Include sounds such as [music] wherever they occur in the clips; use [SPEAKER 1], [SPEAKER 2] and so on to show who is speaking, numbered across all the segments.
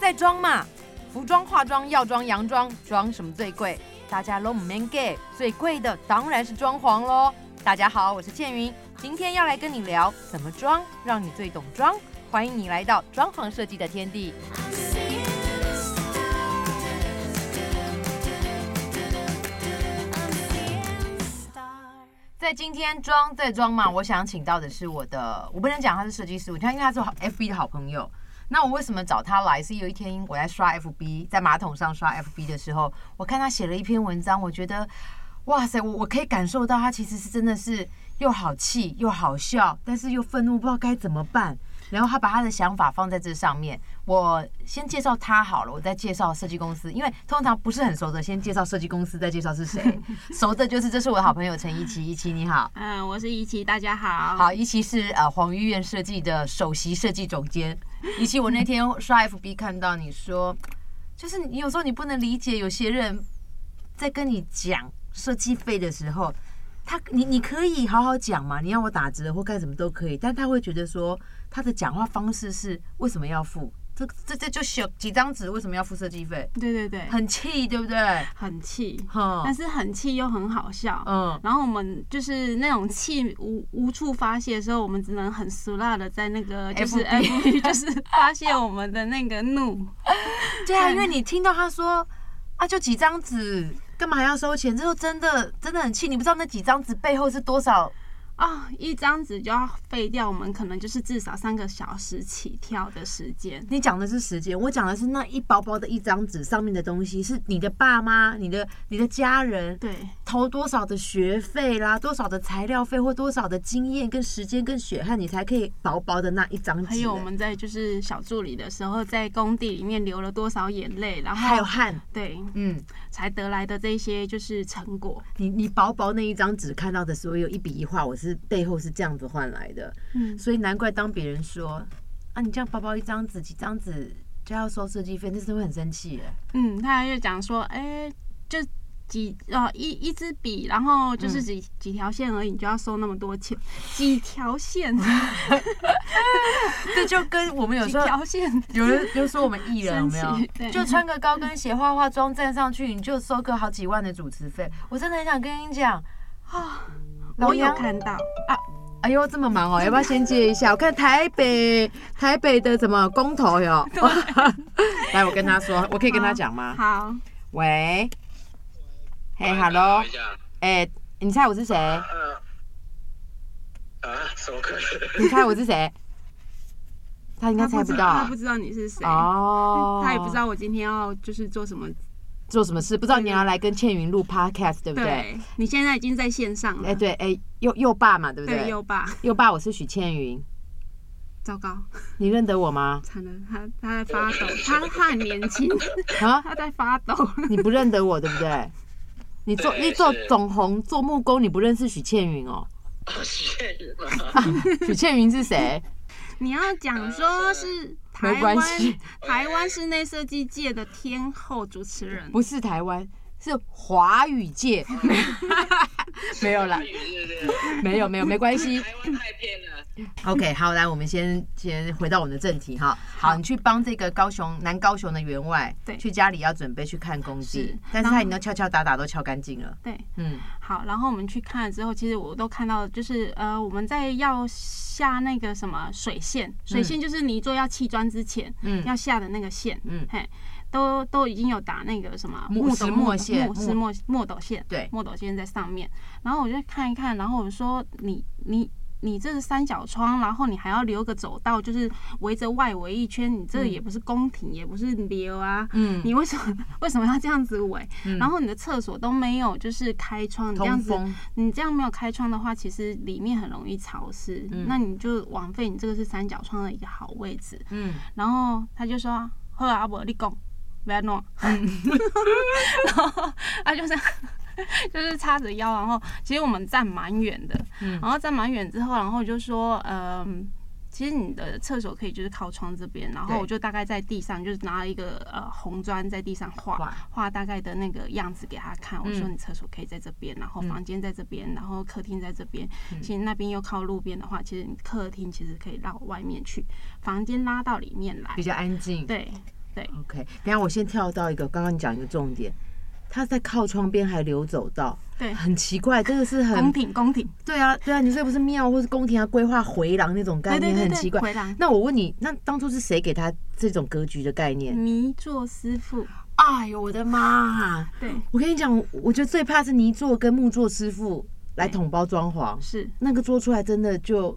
[SPEAKER 1] 在装嘛。服装、化妆、药妆、洋装，装什么最贵？大家都唔 man gay，最贵的当然是装潢喽。大家好，我是倩云，今天要来跟你聊怎么装，让你最懂装。欢迎你来到装潢设计的天地。在今天装在装嘛，我想请到的是我的，我不能讲他是设计师，我看因为他是 FB 的好朋友。那我为什么找他来？是有一天我在刷 FB，在马桶上刷 FB 的时候，我看他写了一篇文章，我觉得，哇塞，我我可以感受到他其实是真的是又好气又好笑，但是又愤怒，不知道该怎么办。然后他把他的想法放在这上面。我先介绍他好了，我再介绍设计公司，因为通常不是很熟的，先介绍设计公司，再介绍是谁。熟的就是这是我的好朋友陈一奇，一奇你好。
[SPEAKER 2] 嗯，我是怡琪，大家好。
[SPEAKER 1] 好，一期是呃黄玉苑设计的首席设计总监。一期我那天刷 FB 看到你说，就是你有时候你不能理解有些人在跟你讲设计费的时候，他你你可以好好讲嘛，你要我打折或干什么都可以，但他会觉得说他的讲话方式是为什么要付？这这这就小几张纸，为什么要付设计费？
[SPEAKER 2] 对对对，
[SPEAKER 1] 很气，对不对？
[SPEAKER 2] 很气，
[SPEAKER 1] 哈
[SPEAKER 2] 但，是很气又很好笑。
[SPEAKER 1] 嗯，
[SPEAKER 2] 然后我们就是那种气无无处发泄的时候，我们只能很俗辣的在那个就是
[SPEAKER 1] FB [laughs]
[SPEAKER 2] FB 就是发泄我们的那个怒。
[SPEAKER 1] 对啊，
[SPEAKER 2] 嗯
[SPEAKER 1] 因为你听到他说啊，就几张纸，干嘛还要收钱？之后真的真的很气，你不知道那几张纸背后是多少。
[SPEAKER 2] 啊、一张纸就要废掉，我们可能就是至少三个小时起跳的时间。
[SPEAKER 1] 你讲的是时间，我讲的是那一薄薄的一张纸上面的东西，是你的爸妈、你的你的家人
[SPEAKER 2] 对
[SPEAKER 1] 投多少的学费啦，多少的材料费或多少的经验跟时间跟血汗，你才可以薄薄的那一张纸、
[SPEAKER 2] 还有我们在就是小助理的时候，在工地里面流了多少眼泪，然
[SPEAKER 1] 还有
[SPEAKER 2] 后
[SPEAKER 1] 汗，
[SPEAKER 2] 对
[SPEAKER 1] 嗯，
[SPEAKER 2] 才得来的这些就是成果。
[SPEAKER 1] 你你薄薄那一张纸看到的所有一笔一画，我是背后是这样子换来的。
[SPEAKER 2] 嗯，
[SPEAKER 1] 所以难怪当别人说啊，你这样包包一张纸几张纸就要收设计费，那是会很生气耶。
[SPEAKER 2] 嗯，他就讲说，哎、就几呃一一支笔，然后
[SPEAKER 1] 嗯
[SPEAKER 2] 就是几、几条线而已，你就要收那么多钱？几条线，几
[SPEAKER 1] 这就跟我们有时候
[SPEAKER 2] 条线，
[SPEAKER 1] 有人就说我们艺人有
[SPEAKER 2] 生
[SPEAKER 1] 没
[SPEAKER 2] 气
[SPEAKER 1] 有，
[SPEAKER 2] 对
[SPEAKER 1] 就穿个高跟鞋、化化妆站上去，你就收个好几万的主持费。我真的很想跟你讲，老
[SPEAKER 2] 我有
[SPEAKER 1] 娘
[SPEAKER 2] 看到，
[SPEAKER 1] 哎呦这么忙哦，要不要先接一下？我看台北台北的什么公投哟， [laughs] 来我跟他说，我可以跟他讲吗？
[SPEAKER 2] 好，
[SPEAKER 1] 喂，嘿
[SPEAKER 3] 喂
[SPEAKER 1] ，hello，
[SPEAKER 3] 等一下
[SPEAKER 1] 哎，你猜我是谁？
[SPEAKER 3] 呃啊，怎么可 [laughs] 能？
[SPEAKER 1] 你猜我是谁？ [laughs] 他应该
[SPEAKER 2] 他
[SPEAKER 1] 猜
[SPEAKER 2] 不知
[SPEAKER 1] 到
[SPEAKER 2] 他
[SPEAKER 1] 啊
[SPEAKER 2] 不知道你是谁，
[SPEAKER 1] 哦，
[SPEAKER 2] [laughs] 他也不知道我今天要就是做什么，
[SPEAKER 1] 做什么事，不知道你要来跟倩云录 podcast 对不对？
[SPEAKER 2] 对你现在已经在线上了，
[SPEAKER 1] 哎对哎佑佑爸嘛对不
[SPEAKER 2] 对
[SPEAKER 1] 对？
[SPEAKER 2] 优吧，
[SPEAKER 1] 佑爸，我是许倩云，
[SPEAKER 2] 糟糕，
[SPEAKER 1] 你认得我吗？
[SPEAKER 2] 惨了，他他在发抖， [laughs] 他他很年轻， [laughs]
[SPEAKER 1] 啊，
[SPEAKER 2] 他在发抖， [laughs]
[SPEAKER 1] 你不认得我对不对？你做
[SPEAKER 3] 对
[SPEAKER 1] 你做
[SPEAKER 3] 是
[SPEAKER 1] 总红做木工，你不认识许倩云
[SPEAKER 2] [laughs]
[SPEAKER 1] 哦？
[SPEAKER 3] 谢谢你们啊。
[SPEAKER 1] 许倩云是谁？
[SPEAKER 2] 你要讲说是
[SPEAKER 1] 没
[SPEAKER 2] 台
[SPEAKER 1] 关
[SPEAKER 2] 湾
[SPEAKER 1] 系，
[SPEAKER 2] 台湾室内设计界的天后主持人，
[SPEAKER 1] 不是台湾，是华语
[SPEAKER 2] [laughs]
[SPEAKER 1] 界。 [laughs] 没有啦，
[SPEAKER 3] 是
[SPEAKER 1] [laughs]
[SPEAKER 3] 不是
[SPEAKER 1] 没有没有，没关系。
[SPEAKER 3] 台湾太偏了。
[SPEAKER 1] OK，好，来，我们先先回到我们的正题哈。好，你去帮这个高雄南高雄的员外，
[SPEAKER 2] 对
[SPEAKER 1] 去家里要准备去看工地
[SPEAKER 2] 是，
[SPEAKER 1] 但是
[SPEAKER 2] 然后
[SPEAKER 1] 他已经都敲敲打打都敲干净了，
[SPEAKER 2] 对，
[SPEAKER 1] 嗯，
[SPEAKER 2] 好，然后我们去看了之后，其实我都看到，就是呃，我们在要下那个什么水线，水线就是泥做要砌砖之前，
[SPEAKER 1] 嗯
[SPEAKER 2] 要下的那个线，
[SPEAKER 1] 嗯
[SPEAKER 2] 嘿，都都已经有打那个什么
[SPEAKER 1] 木石
[SPEAKER 2] 斗
[SPEAKER 1] 墨
[SPEAKER 2] 木
[SPEAKER 1] 线
[SPEAKER 2] 木石
[SPEAKER 1] 木
[SPEAKER 2] 墨墨斗线，
[SPEAKER 1] 对
[SPEAKER 2] 墨斗线在上面，然后我就看一看，然后我说你你。你这是三角窗，然后你还要留个走道，就是围着外围一圈。你这也不是宫廷，也不是留啊，
[SPEAKER 1] 嗯
[SPEAKER 2] 你为什么为什么要这样子围？然后你的厕所都没有，就是开窗，你这样
[SPEAKER 1] 嗯通
[SPEAKER 2] 子
[SPEAKER 1] 风，
[SPEAKER 2] 你这样没有开窗的话，其实里面很容易潮湿，那你就枉费你这个是三角窗的一个好位置。
[SPEAKER 1] 嗯，
[SPEAKER 2] 然后他就说：“好啊，伯，你讲，不要弄。”
[SPEAKER 1] 嗯
[SPEAKER 2] [laughs] 然后他就是 [laughs] 就是叉着腰，然后其实我们站蛮远的，
[SPEAKER 1] 嗯
[SPEAKER 2] 然后站蛮远之后，然后就说：“嗯。”其实你的厕所可以就是靠窗这边，然后
[SPEAKER 1] 对
[SPEAKER 2] 我就大概在地上就是拿了一个呃红砖在地上
[SPEAKER 1] 画
[SPEAKER 2] 画画大概的那个样子给他看，我说
[SPEAKER 1] 嗯
[SPEAKER 2] 你厕所可以在这边，然后房间在这边，然后客厅在这边。其实那边又靠路边的话，其实你客厅其实可以到外面去，房间拉到里面来
[SPEAKER 1] 比。较安静。
[SPEAKER 2] 对，对，
[SPEAKER 1] OK，等一下我先跳到一个，刚刚你讲一个重点，他在靠窗边还留走道，
[SPEAKER 2] 对
[SPEAKER 1] 很奇怪，这个是
[SPEAKER 2] 宫
[SPEAKER 1] 很
[SPEAKER 2] 廷宫廷，
[SPEAKER 1] 对啊，对啊，你这不是庙或是宫廷啊，规划回廊那种概
[SPEAKER 2] 对对
[SPEAKER 1] 念，
[SPEAKER 2] 对
[SPEAKER 1] 很
[SPEAKER 2] 对，
[SPEAKER 1] 奇怪。
[SPEAKER 2] 回廊
[SPEAKER 1] 那我问你，那当初是谁给他这种格局的概念？
[SPEAKER 2] 泥作师傅，
[SPEAKER 1] 哎呦我的妈！
[SPEAKER 2] 对，
[SPEAKER 1] 我跟你讲，我觉得最怕是泥做跟木做师傅来统包装潢，
[SPEAKER 2] 是。
[SPEAKER 1] 那个做出来真的就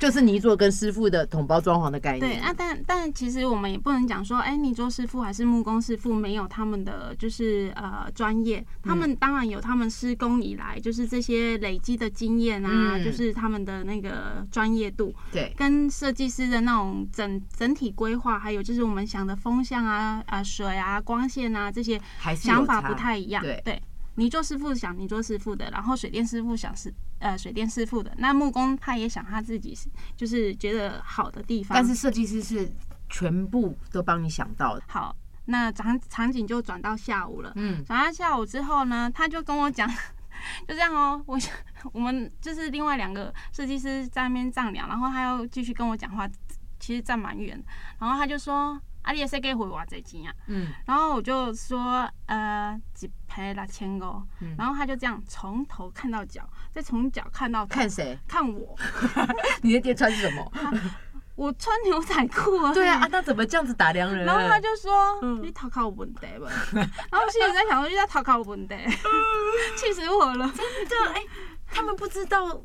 [SPEAKER 1] 就是泥做跟师傅的统包装潢的概
[SPEAKER 2] 对
[SPEAKER 1] 念。
[SPEAKER 2] 啊，但但其实我们也不能讲说，哎、泥作师傅还是木工师傅没有他们的就是呃专业，他们当然有他们施工以来就是这些累积的经验啊，
[SPEAKER 1] 嗯
[SPEAKER 2] 就是他们的那个专业度，
[SPEAKER 1] 对
[SPEAKER 2] 跟设计师的那种整整体规划，还有就是我们想的风向啊、啊水啊、光线啊这些
[SPEAKER 1] 还是有
[SPEAKER 2] 想法
[SPEAKER 1] 差
[SPEAKER 2] 不太一样。
[SPEAKER 1] 对
[SPEAKER 2] 泥做师傅想泥做师傅的，然后水电师傅想是呃水电师傅的，那木工他也想他自己就是觉得好的地方。
[SPEAKER 1] 但是设计师是全部都帮你想到的。
[SPEAKER 2] 好，那场场景就转到下午了。
[SPEAKER 1] 嗯，
[SPEAKER 2] 转到下午之后呢，他就跟我讲， [laughs] 就这样哦，我想我们就是另外两个设计师在那边丈量，然后他又继续跟我讲话，其实站蛮远，然后他就说。啊，你也是给回我这钱啊？
[SPEAKER 1] 嗯，
[SPEAKER 2] 然后我就说，呃，几赔六千五，
[SPEAKER 1] 嗯
[SPEAKER 2] 然后他就这样从头看到脚，再从脚看到头
[SPEAKER 1] 看谁？ [laughs]
[SPEAKER 2] 看我，
[SPEAKER 1] 你那天穿什么？
[SPEAKER 2] 我穿牛仔裤而已。
[SPEAKER 1] 对啊，啊，那怎么这样子打量人？
[SPEAKER 2] 哦然后他就说：“
[SPEAKER 1] 嗯
[SPEAKER 2] 你讨考问题吧。” [laughs] 然后我心里在想说：“又在讨考问题， [laughs] 气死我了。
[SPEAKER 1] 对啊，哎、他们不知道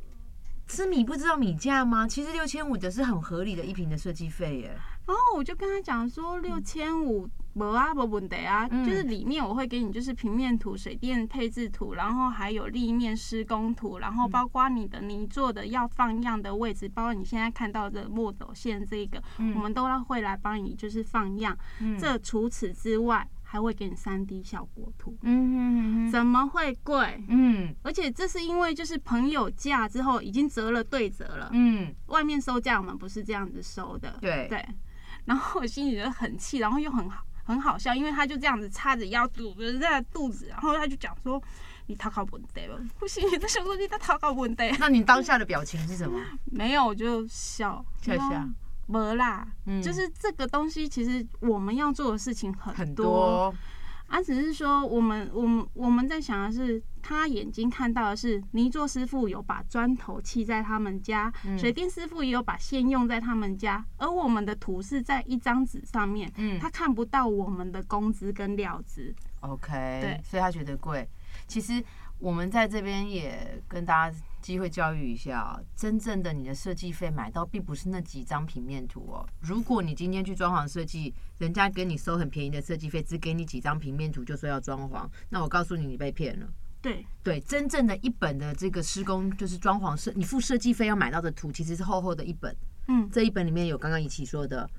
[SPEAKER 1] 吃米不知道米价吗？其实六千五的是很合理的一瓶的设计费耶。”
[SPEAKER 2] 然后我就跟他讲说：“六千五，没啊，没问题啊，
[SPEAKER 1] 嗯
[SPEAKER 2] 就是里面我会给你就是平面图、水电配置图，然后还有立面施工图，然后包括你的泥做的要放样的位置，包括你现在看到的墨斗线这个，
[SPEAKER 1] 嗯
[SPEAKER 2] 我们都要会来帮你就是放样。
[SPEAKER 1] 嗯
[SPEAKER 2] 这除此之外，还会给你三 D 效果图，
[SPEAKER 1] 嗯
[SPEAKER 2] 怎么会贵？
[SPEAKER 1] 嗯
[SPEAKER 2] 而且这是因为就是朋友价之后已经折了对折了，
[SPEAKER 1] 嗯，
[SPEAKER 2] 外面收价我们不是这样子收的，
[SPEAKER 1] 对
[SPEAKER 2] 对。然后我心里就很气，然后又很好很好笑，因为他就这样子叉着腰堵着他的肚子，然后他就讲说你讨考问题了，不行，你在想说你在讨考问题，
[SPEAKER 1] 那你当下的表情是什么？
[SPEAKER 2] 没有我就笑
[SPEAKER 1] 笑一下。
[SPEAKER 2] 然后没啦，
[SPEAKER 1] [laughs] 嗯
[SPEAKER 2] 就是这个东西，其实我们要做的事情
[SPEAKER 1] 很
[SPEAKER 2] 多
[SPEAKER 1] 多，
[SPEAKER 2] 啊，只是说我们我们我们在想的是，他眼睛看到的是泥做师傅有把砖头砌在他们家，
[SPEAKER 1] 嗯
[SPEAKER 2] 水电师傅也有把线用在他们家，而我们的图是在一张纸上面，
[SPEAKER 1] 嗯
[SPEAKER 2] 他看不到我们的工资跟料资。
[SPEAKER 1] OK，
[SPEAKER 2] 对
[SPEAKER 1] 所以他觉得贵。其实我们在这边也跟大家机会教育一下啊、真正的你的设计费买到并不是那几张平面图哦。如果你今天去装潢设计，人家给你收很便宜的设计费，只给你几张平面图就说要装潢，那我告诉你，你被骗了。
[SPEAKER 2] 对，
[SPEAKER 1] 对，真正的一本的这个施工就是装潢设，你付设计费要买到的图，其实是厚厚的一本。
[SPEAKER 2] 嗯，
[SPEAKER 1] 这一本里面有刚刚一起说的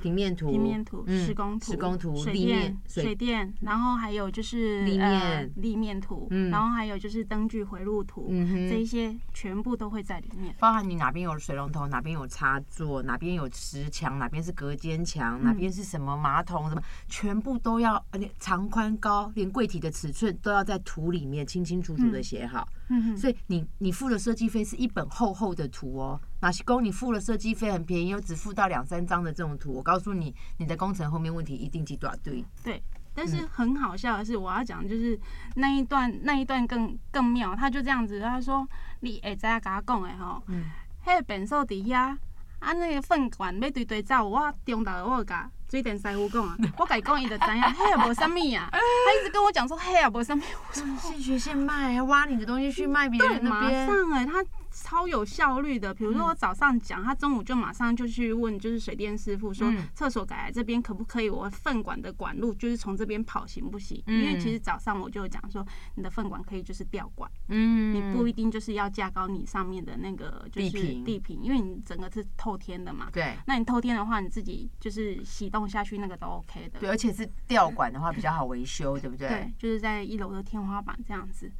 [SPEAKER 1] 平面图、
[SPEAKER 2] 平面图、
[SPEAKER 1] 嗯
[SPEAKER 2] 施工图、
[SPEAKER 1] 施工图、
[SPEAKER 2] 水
[SPEAKER 1] 立面
[SPEAKER 2] 电、、水电，然后还有就是
[SPEAKER 1] 立
[SPEAKER 2] 呃
[SPEAKER 1] 面
[SPEAKER 2] 立面图，
[SPEAKER 1] 嗯
[SPEAKER 2] 然后还有就是灯具回路图，
[SPEAKER 1] 嗯哼
[SPEAKER 2] 这一些全部都会在里面。
[SPEAKER 1] 包含你哪边有水龙头，哪边有插座，哪边有石墙，哪边是隔间
[SPEAKER 2] 嗯
[SPEAKER 1] 墙，哪边是什么马桶，什么全部都要，而且长宽高，连柜体的尺寸都要在图里面清清楚楚的写好。
[SPEAKER 2] 嗯哼
[SPEAKER 1] 所以你你付的设计费是一本厚厚的图哦，哪些工你付了设计费很便宜，又只付到两三张的这种图，我告诉你，你的工程后面问题一定记啊大堆。
[SPEAKER 2] 对，但是很好笑的是，我要讲的就是那一段那一段更更妙，他就这样子，他说你会知影甲我讲的吼，
[SPEAKER 1] 嗯
[SPEAKER 2] 迄个便所伫遐，啊那个粪管要对对走，我中昼我有甲水电师傅讲啊，我甲伊讲伊就知影，迄也无啥物啊，他一直跟我讲说迄也无啥物，我说
[SPEAKER 1] 现学现卖，还挖你的东西去卖别人那
[SPEAKER 2] 马
[SPEAKER 1] 边。嗯
[SPEAKER 2] 上哎、他超有效率的。比如说我早上讲，他中午就马上就去问，就是水电师傅说
[SPEAKER 1] 嗯
[SPEAKER 2] 厕、所改来这边可不可以？我粪管的管路就是从这边跑行不行？因为其实早上我就有讲说，你的粪管可以就是吊管，
[SPEAKER 1] 嗯，
[SPEAKER 2] 你不一定就是要架高你上面的那个就是
[SPEAKER 1] 地坪
[SPEAKER 2] 地坪，因为你整个是透天的嘛。
[SPEAKER 1] 对
[SPEAKER 2] 那你透天的话，你自己就是洗动下去那个都 OK 的。
[SPEAKER 1] 对，而且是吊管的话比较好维修，对不对？
[SPEAKER 2] 对，就是在一楼的天花板这样子。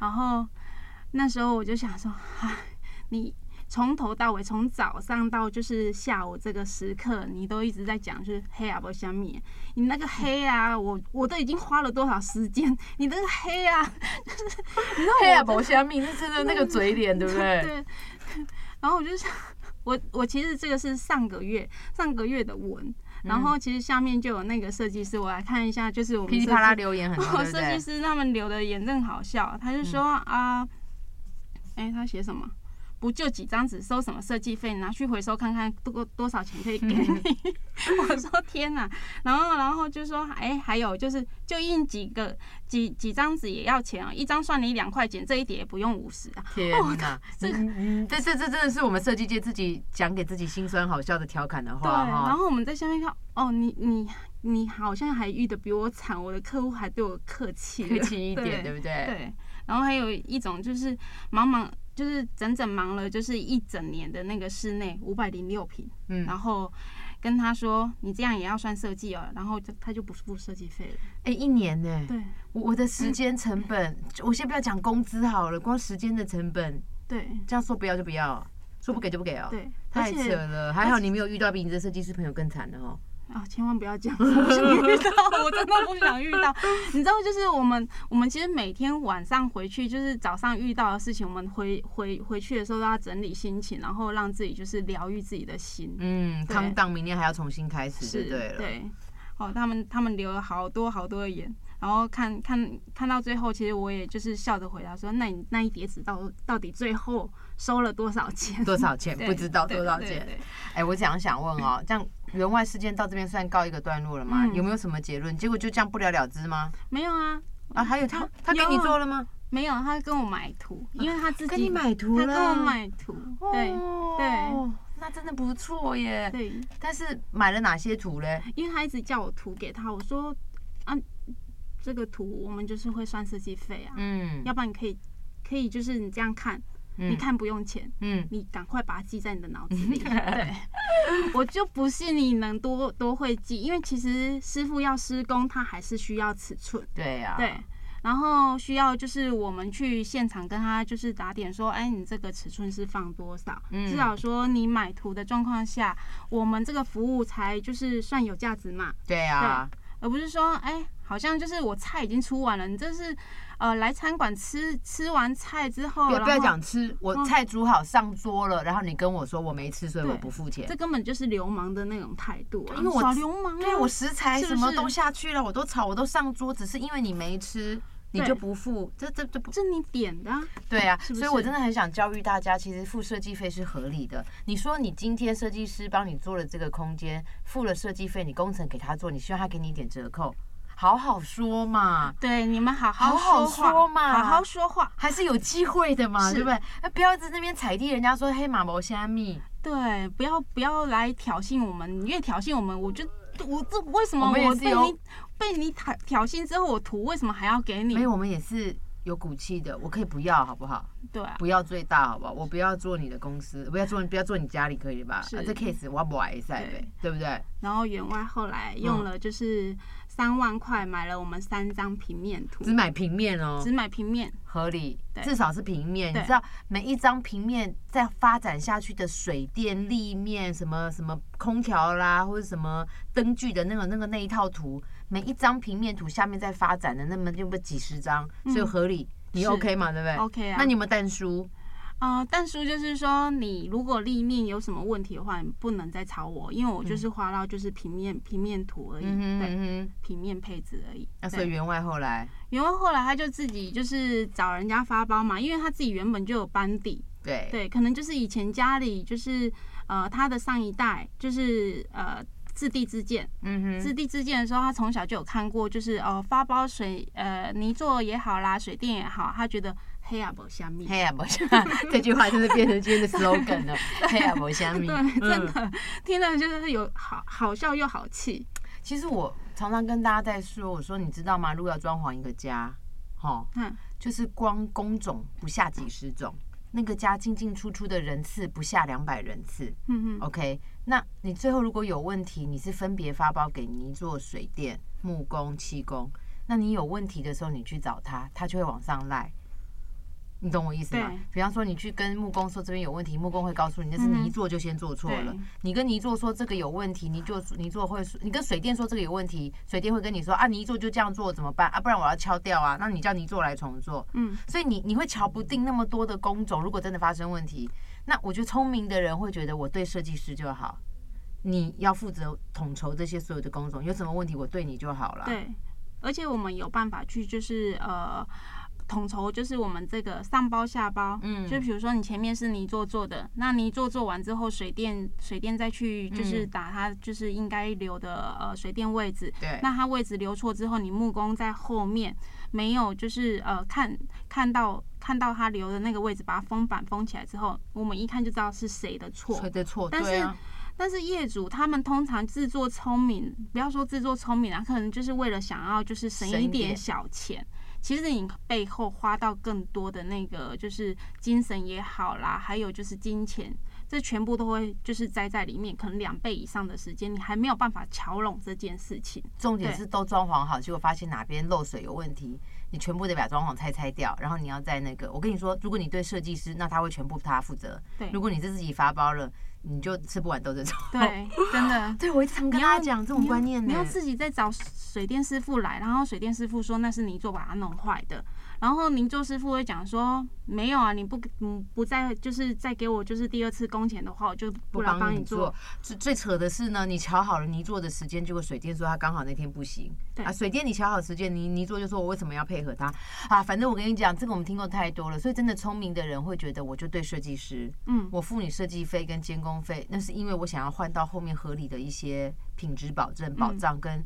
[SPEAKER 2] 然后那时候我就想说，唉，你从头到尾，从早上到就是下午这个时刻，你都一直在讲，就是黑啊不香米，你那个黑啊，我我都已经花了多少时间，你那个黑啊，
[SPEAKER 1] [laughs]
[SPEAKER 2] [laughs]
[SPEAKER 1] 黑啊，保虾米是真的那个嘴脸，对不对？
[SPEAKER 2] 对。然后我就想，我我其实这个是上个月上个月的文，
[SPEAKER 1] 嗯
[SPEAKER 2] 然后其实下面就有那个设计师，我来看一下，就是我们
[SPEAKER 1] 噼里
[SPEAKER 2] 设
[SPEAKER 1] 啪啦
[SPEAKER 2] 计
[SPEAKER 1] 留言很多，
[SPEAKER 2] 我
[SPEAKER 1] 对不
[SPEAKER 2] 哦
[SPEAKER 1] 嗯
[SPEAKER 2] 设计
[SPEAKER 1] 对？
[SPEAKER 2] 师他们留的言真好笑，他就说啊，哎、他写什么？不就几张纸，收什么设计费？拿去回收看看多多少钱可以给你。 [laughs] 我说天哪！然后然后就说，哎、还有就是就印几个几几张纸也要钱啊、一张算你两块钱，这一叠也不用五十啊。 [laughs]
[SPEAKER 1] 天哪，
[SPEAKER 2] 这
[SPEAKER 1] 嗯这这这真的是我们设计界自己讲给自己心酸好笑的调侃的
[SPEAKER 2] 对，
[SPEAKER 1] 话
[SPEAKER 2] 然
[SPEAKER 1] 哈。
[SPEAKER 2] 后我们在下面看，哦，你你你好像还遇得比我惨，我的客户还对我客气
[SPEAKER 1] 客
[SPEAKER 2] 了，
[SPEAKER 1] 气一点，对不对？
[SPEAKER 2] 对，然后还有一种就是忙忙，就是整整忙了就是一整年的那个室内五百零六平，
[SPEAKER 1] 嗯，
[SPEAKER 2] 然后跟他说你这样也要算设计哦，然后就他就不付设计费了。
[SPEAKER 1] 哎，一年呢，
[SPEAKER 2] 对嗯
[SPEAKER 1] 我我的时间成本，我先不要讲工资好了，光时间的成本，
[SPEAKER 2] 对
[SPEAKER 1] 这样说不要就不要，说不给就不给哦。
[SPEAKER 2] 对，而
[SPEAKER 1] 太扯
[SPEAKER 2] 且
[SPEAKER 1] 了，还好你没有遇到比你这设计师朋友更惨的哦。
[SPEAKER 2] 啊、千万不要这样，我不想遇到， [laughs] 我真的不想遇到。你知道，就是我们我们其实每天晚上回去，就是早上遇到的事情，我们回回回去的时候都要整理心情，然后让自己就是疗愈自己的心。
[SPEAKER 1] 嗯，
[SPEAKER 2] 对
[SPEAKER 1] 康当明天还要重新开始，
[SPEAKER 2] 是
[SPEAKER 1] 就对了。
[SPEAKER 2] 对，哦，他们他们留了好多好多的言，然后看看看到最后，其实我也就是笑着回答说，那你那一叠纸到到底最后收了多少钱？ [laughs]
[SPEAKER 1] 多少钱
[SPEAKER 2] 对
[SPEAKER 1] 不知道
[SPEAKER 2] 对
[SPEAKER 1] 多少
[SPEAKER 2] 对
[SPEAKER 1] 钱？
[SPEAKER 2] 对
[SPEAKER 1] 哎、我想想问哦，这样员外事件到这边算告一个段落了吗？
[SPEAKER 2] 嗯
[SPEAKER 1] 有没有什么结论？结果就这样不了了之吗？
[SPEAKER 2] 没有啊，
[SPEAKER 1] 啊，还有他
[SPEAKER 2] 啊，
[SPEAKER 1] 他给你
[SPEAKER 2] 有
[SPEAKER 1] 做了吗？
[SPEAKER 2] 没有，他跟我买图，因为他自己
[SPEAKER 1] 跟你买图
[SPEAKER 2] 他
[SPEAKER 1] 了，哦
[SPEAKER 2] 跟我，买图，对对，
[SPEAKER 1] 那真的不错耶。
[SPEAKER 2] 对，
[SPEAKER 1] 但是买了哪些图嘞？
[SPEAKER 2] 因为他一直叫我图给他，我说啊，这个图我们就是会算设计费啊，
[SPEAKER 1] 嗯，
[SPEAKER 2] 要不然你可以可以就是你这样看，你
[SPEAKER 1] 嗯
[SPEAKER 2] 看不用钱。
[SPEAKER 1] 嗯，
[SPEAKER 2] 你赶快把它记在你的脑子
[SPEAKER 1] [laughs]
[SPEAKER 2] 里。对，我就不信你能多多会记，因为其实师傅要施工，他还是需要尺寸，
[SPEAKER 1] 对呀、
[SPEAKER 2] 对，，然后需要就是我们去现场跟他就是打点说，哎，你这个尺寸是放多少？
[SPEAKER 1] 嗯
[SPEAKER 2] 至少说你买图的状况下，我们这个服务才就是算有价值嘛，
[SPEAKER 1] 对呀、
[SPEAKER 2] 而不是说，哎、好像就是我菜已经出完了，你这是呃来餐馆吃吃完菜之后，
[SPEAKER 1] 不要不
[SPEAKER 2] 然
[SPEAKER 1] 要
[SPEAKER 2] 后
[SPEAKER 1] 讲吃，我菜煮好上桌了，然后你跟我说我没吃，所以我
[SPEAKER 2] 对
[SPEAKER 1] 不付钱
[SPEAKER 2] 这。根本就是流氓的那种态度、啊，
[SPEAKER 1] 因为我
[SPEAKER 2] 耍流氓、啊。
[SPEAKER 1] 对啊，我食材
[SPEAKER 2] 是
[SPEAKER 1] 什
[SPEAKER 2] 不
[SPEAKER 1] 么
[SPEAKER 2] 是
[SPEAKER 1] 都下去了，我都炒，我都上桌，只是因为你没吃，你
[SPEAKER 2] 对
[SPEAKER 1] 就不付，这这这不
[SPEAKER 2] 这你点的、啊，
[SPEAKER 1] 对啊，
[SPEAKER 2] 是不
[SPEAKER 1] 所以我
[SPEAKER 2] 是
[SPEAKER 1] 真的很想教育大家，其实付设计费是合理的。你说你今天设计师帮你做了这个空间，付了设计费，你工程给他做，你希望他给你一点折扣，好好说嘛。
[SPEAKER 2] 对，你们好
[SPEAKER 1] 好好
[SPEAKER 2] 好话
[SPEAKER 1] 说嘛
[SPEAKER 2] 好好说话。
[SPEAKER 1] 还是有机会的嘛，
[SPEAKER 2] 是
[SPEAKER 1] 对不对？那不要在那边踩地，人家说黑马毛虾米，
[SPEAKER 2] 对，不要不要来挑衅我们，你越挑衅我们，我就我这为什么
[SPEAKER 1] 我们也是
[SPEAKER 2] 被
[SPEAKER 1] 有
[SPEAKER 2] 你被你挑挑衅之后，我图为什么还要给你
[SPEAKER 1] 没？有，我们也是有骨气的，我可以不要，好不好？
[SPEAKER 2] 对啊，
[SPEAKER 1] 不要最大，好不好？我不要做你的公司，不要做，不要做你家里，可以吧？
[SPEAKER 2] 是
[SPEAKER 1] 啊、这 case 我不爱赛呗对
[SPEAKER 2] 对，
[SPEAKER 1] 不对？
[SPEAKER 2] 然后员外后来用
[SPEAKER 1] 嗯
[SPEAKER 2] 了就是三万块买了我们三张平面图
[SPEAKER 1] 只，买平面哦，
[SPEAKER 2] 只买平面，
[SPEAKER 1] 合理，
[SPEAKER 2] 对
[SPEAKER 1] 至少是平面。你
[SPEAKER 2] 对
[SPEAKER 1] 知道每一张平面再发展下去的水电立面什么什么空调啦，或者什么灯具的那个那个那一套图，每一张平面图下面再发展的那么就不几十张，所以合理，你
[SPEAKER 2] 嗯是
[SPEAKER 1] OK 嘛？对不对
[SPEAKER 2] OK 啊
[SPEAKER 1] 那你有没有蛋书？
[SPEAKER 2] 呃，但叔就是说，你如果立面有什么问题的话，你不能再吵我，因为我就是画到就是平面、平面图而已，
[SPEAKER 1] 嗯哼
[SPEAKER 2] 对，
[SPEAKER 1] 嗯哼。
[SPEAKER 2] 平面配置而已。
[SPEAKER 1] 那所以
[SPEAKER 2] 对，
[SPEAKER 1] 员外后来，
[SPEAKER 2] 因为后来他就自己就是找人家发包嘛，因为他自己原本就有班底，
[SPEAKER 1] 对
[SPEAKER 2] 对，可能就是以前家里就是呃他的上一代就是呃自地自建，
[SPEAKER 1] 嗯哼，
[SPEAKER 2] 自地自建的时候，他从小就有看过，就是哦发包水呃泥做也好啦，水电也好，他觉得黑啊不下面。
[SPEAKER 1] 黑呀不像，这句话真的变成今天的 slogan 了。黑呀不像你，
[SPEAKER 2] 对， [laughs] 真
[SPEAKER 1] 嗯
[SPEAKER 2] 的、听了就是有好好笑又好气。
[SPEAKER 1] 其实我常常跟大家在说，我说你知道吗？如果要装潢一个家，哈，
[SPEAKER 2] 嗯，
[SPEAKER 1] 就是光工种不下几十种，那个家进进出出的人次不下两百人次。
[SPEAKER 2] 嗯嗯，
[SPEAKER 1] OK，那你最后如果有问题，你是分别发包给泥做、水电、木工、气工。那你有问题的时候，你去找他，他就会往上赖。你懂我意思吗
[SPEAKER 2] 对？嗯
[SPEAKER 1] 比方说，你去跟木工说这边有问题，木工会告诉你那是泥做就先做错了。
[SPEAKER 2] 对
[SPEAKER 1] 你跟泥做说这个有问题，泥做泥做会说，你跟水电说这个有问题，水电会跟你说啊，泥做就这样做怎么办啊？不然我要敲掉啊。那你叫泥做来重做，
[SPEAKER 2] 嗯，
[SPEAKER 1] 所以你你会瞧不定那么多的工种，如果真的发生问题，那我觉得聪明的人会觉得我对设计师就好，你要负责统筹这些所有的工种，有什么问题我对你就好了。
[SPEAKER 2] 对，而且我们有办法去就是呃。统筹就是我们这个上包下包，
[SPEAKER 1] 嗯
[SPEAKER 2] 就比如说你前面是泥做做的，那泥做做完之后，水电水电再去就是
[SPEAKER 1] 嗯
[SPEAKER 2] 打它就是应该留的呃水电位置，
[SPEAKER 1] 对
[SPEAKER 2] 那它位置留错之后，你木工在后面没有就是呃看看到看到它留的那个位置，把它封板封起来之后，我们一看就知道是谁的错，
[SPEAKER 1] 对对错，
[SPEAKER 2] 但
[SPEAKER 1] 对
[SPEAKER 2] 是
[SPEAKER 1] 啊，
[SPEAKER 2] 但是业主他们通常自作聪明，不要说自作聪明啊，可能就是为了想要就是省
[SPEAKER 1] 省一
[SPEAKER 2] 一
[SPEAKER 1] 点
[SPEAKER 2] 点小钱。其实你背后花到更多的那个就是精神也好啦，还有就是金钱，这全部都会就是栽在里面，可能两倍以上的时间，你还没有办法瞧拢这件事情。
[SPEAKER 1] 重点
[SPEAKER 2] 对
[SPEAKER 1] 是都装潢好，结果发现哪边漏水有问题，你全部得把装潢拆拆掉，然后你要在那个，我跟你说，如果你对设计师，那他会全部他负责；
[SPEAKER 2] 对
[SPEAKER 1] 如果你是自己发包了，你就吃不完兜着走。
[SPEAKER 2] 对，真的。
[SPEAKER 1] 对，我一直常跟
[SPEAKER 2] 你
[SPEAKER 1] 大
[SPEAKER 2] 要
[SPEAKER 1] 家讲这种观念呢。
[SPEAKER 2] 你要自己再找水电师傅来，然后水电师傅说那是泥做把它弄坏的，然后泥做师傅会讲说没有啊，你不嗯不再就是再给我就是第二次工钱的话，我就
[SPEAKER 1] 不
[SPEAKER 2] 不来
[SPEAKER 1] 帮
[SPEAKER 2] 帮
[SPEAKER 1] 你
[SPEAKER 2] 做
[SPEAKER 1] 做。。最最扯的是呢，你瞧好了泥做的时间，结果水电说他刚好那天不行。
[SPEAKER 2] 对
[SPEAKER 1] 啊，水电你瞧好时间，泥泥做就说我为什么要配合他啊？反正我跟你讲，这个我们听过太多了，所以真的聪明的人会觉得我就对设计师，
[SPEAKER 2] 嗯，
[SPEAKER 1] 我付你设计费跟监工费，那是因为我想要换到后面合理的一些品质保证、保障跟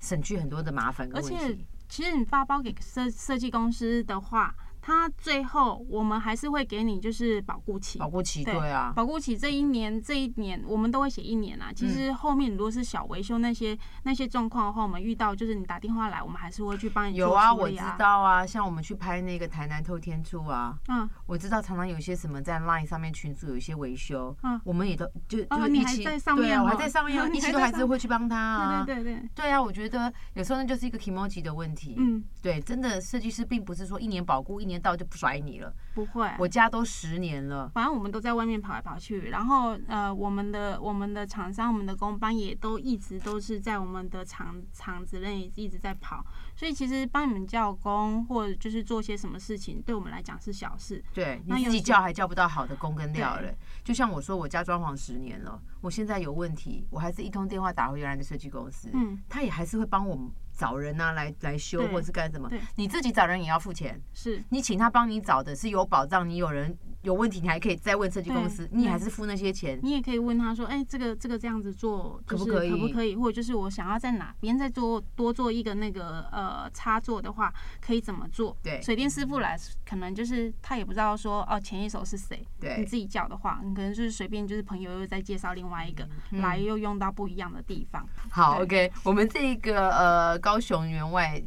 [SPEAKER 1] 省去很多的麻烦跟
[SPEAKER 2] 嗯而
[SPEAKER 1] 问
[SPEAKER 2] 且
[SPEAKER 1] 题。
[SPEAKER 2] 其实你发包给设设计公司的话，它最后我们还是会给你就是保固期。
[SPEAKER 1] 保护期
[SPEAKER 2] 对
[SPEAKER 1] 对啊，
[SPEAKER 2] 保固期这一年，这一年我们都会写一年啊。其
[SPEAKER 1] 嗯
[SPEAKER 2] 实后面如果是小维修那些那些状况的话，我们遇到就是你打电话来，我们还是会去帮你
[SPEAKER 1] 有
[SPEAKER 2] 做
[SPEAKER 1] 啊，
[SPEAKER 2] 处
[SPEAKER 1] 我
[SPEAKER 2] 理
[SPEAKER 1] 知
[SPEAKER 2] 啊。
[SPEAKER 1] 道啊，像我们去拍那个台南透天处啊，
[SPEAKER 2] 嗯，
[SPEAKER 1] 我知道常常有一些什么在 Line 上面群组有一些维修，
[SPEAKER 2] 嗯
[SPEAKER 1] 我们也都就就
[SPEAKER 2] 哦
[SPEAKER 1] 是
[SPEAKER 2] 你
[SPEAKER 1] 一
[SPEAKER 2] 还
[SPEAKER 1] 起
[SPEAKER 2] 在上
[SPEAKER 1] 对啊
[SPEAKER 2] 面
[SPEAKER 1] 我还
[SPEAKER 2] 哦
[SPEAKER 1] 在上面啊，
[SPEAKER 2] [laughs] 你
[SPEAKER 1] 一起
[SPEAKER 2] 还
[SPEAKER 1] 都
[SPEAKER 2] 在
[SPEAKER 1] 还是
[SPEAKER 2] 上
[SPEAKER 1] 会去帮他啊。
[SPEAKER 2] 对对对对，
[SPEAKER 1] 对啊，我觉得有时候那就是一个 emoji 的问题。
[SPEAKER 2] 嗯，
[SPEAKER 1] 对，真的设计师并不是说一年保固一年到就不甩你了，
[SPEAKER 2] 不会。啊
[SPEAKER 1] 我家都十年了，
[SPEAKER 2] 反正我们都在外面跑来跑去，然后呃，我们的我们的厂商、我们的工班也都一直都是在我们的厂厂子内一直在跑，所以其实帮你们叫工或者就是做些什么事情，对我们来讲是小事。
[SPEAKER 1] 对，
[SPEAKER 2] 那
[SPEAKER 1] 你自
[SPEAKER 2] 有
[SPEAKER 1] 己
[SPEAKER 2] 时
[SPEAKER 1] 叫还叫不到好的工跟料
[SPEAKER 2] 对
[SPEAKER 1] 嘞。就像我说，我家装潢十年了，我现在有问题，我还是一通电话打回原来的设计公司，
[SPEAKER 2] 嗯，
[SPEAKER 1] 他也还是会帮我们找人啊来来修
[SPEAKER 2] 对
[SPEAKER 1] 或者是干什么
[SPEAKER 2] 对。
[SPEAKER 1] 你自己找人也要付钱，
[SPEAKER 2] 是
[SPEAKER 1] 你请他帮你找的是有保障，你有人有问题，你还可以再问设计公司，
[SPEAKER 2] 对
[SPEAKER 1] 你还是付那些钱。
[SPEAKER 2] 你也可以问他说，哎、这个这个这样子做，
[SPEAKER 1] 可
[SPEAKER 2] 就
[SPEAKER 1] 不
[SPEAKER 2] 是
[SPEAKER 1] 可以
[SPEAKER 2] 可不可以？或者就是我想要在哪边再做多做一个那个呃插座的话，可以怎么做？
[SPEAKER 1] 对
[SPEAKER 2] 水电师傅来，可能就是他也不知道说哦前一手是谁，
[SPEAKER 1] 对
[SPEAKER 2] 你自己叫的话，你可能就是随便就是朋友又再介绍另外一个、
[SPEAKER 1] 嗯
[SPEAKER 2] 来，又用到不一样的地方。
[SPEAKER 1] 好
[SPEAKER 2] 对
[SPEAKER 1] ，OK，我们这个呃高雄员外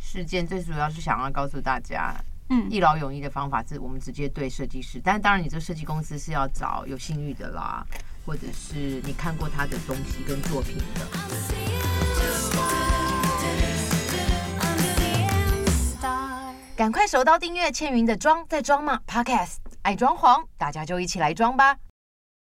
[SPEAKER 1] 事件最主要是想要告诉大家，
[SPEAKER 2] 嗯，
[SPEAKER 1] 一劳永逸的方法是我们直接对设计师，但是当然你这个设计公司是要找有信誉的啦，或者是你看过他的东西跟作品的。
[SPEAKER 4] Under the end star.
[SPEAKER 1] 赶快手刀订阅倩云的妆在装嘛 Podcast，爱装潢，大家就一起来装吧。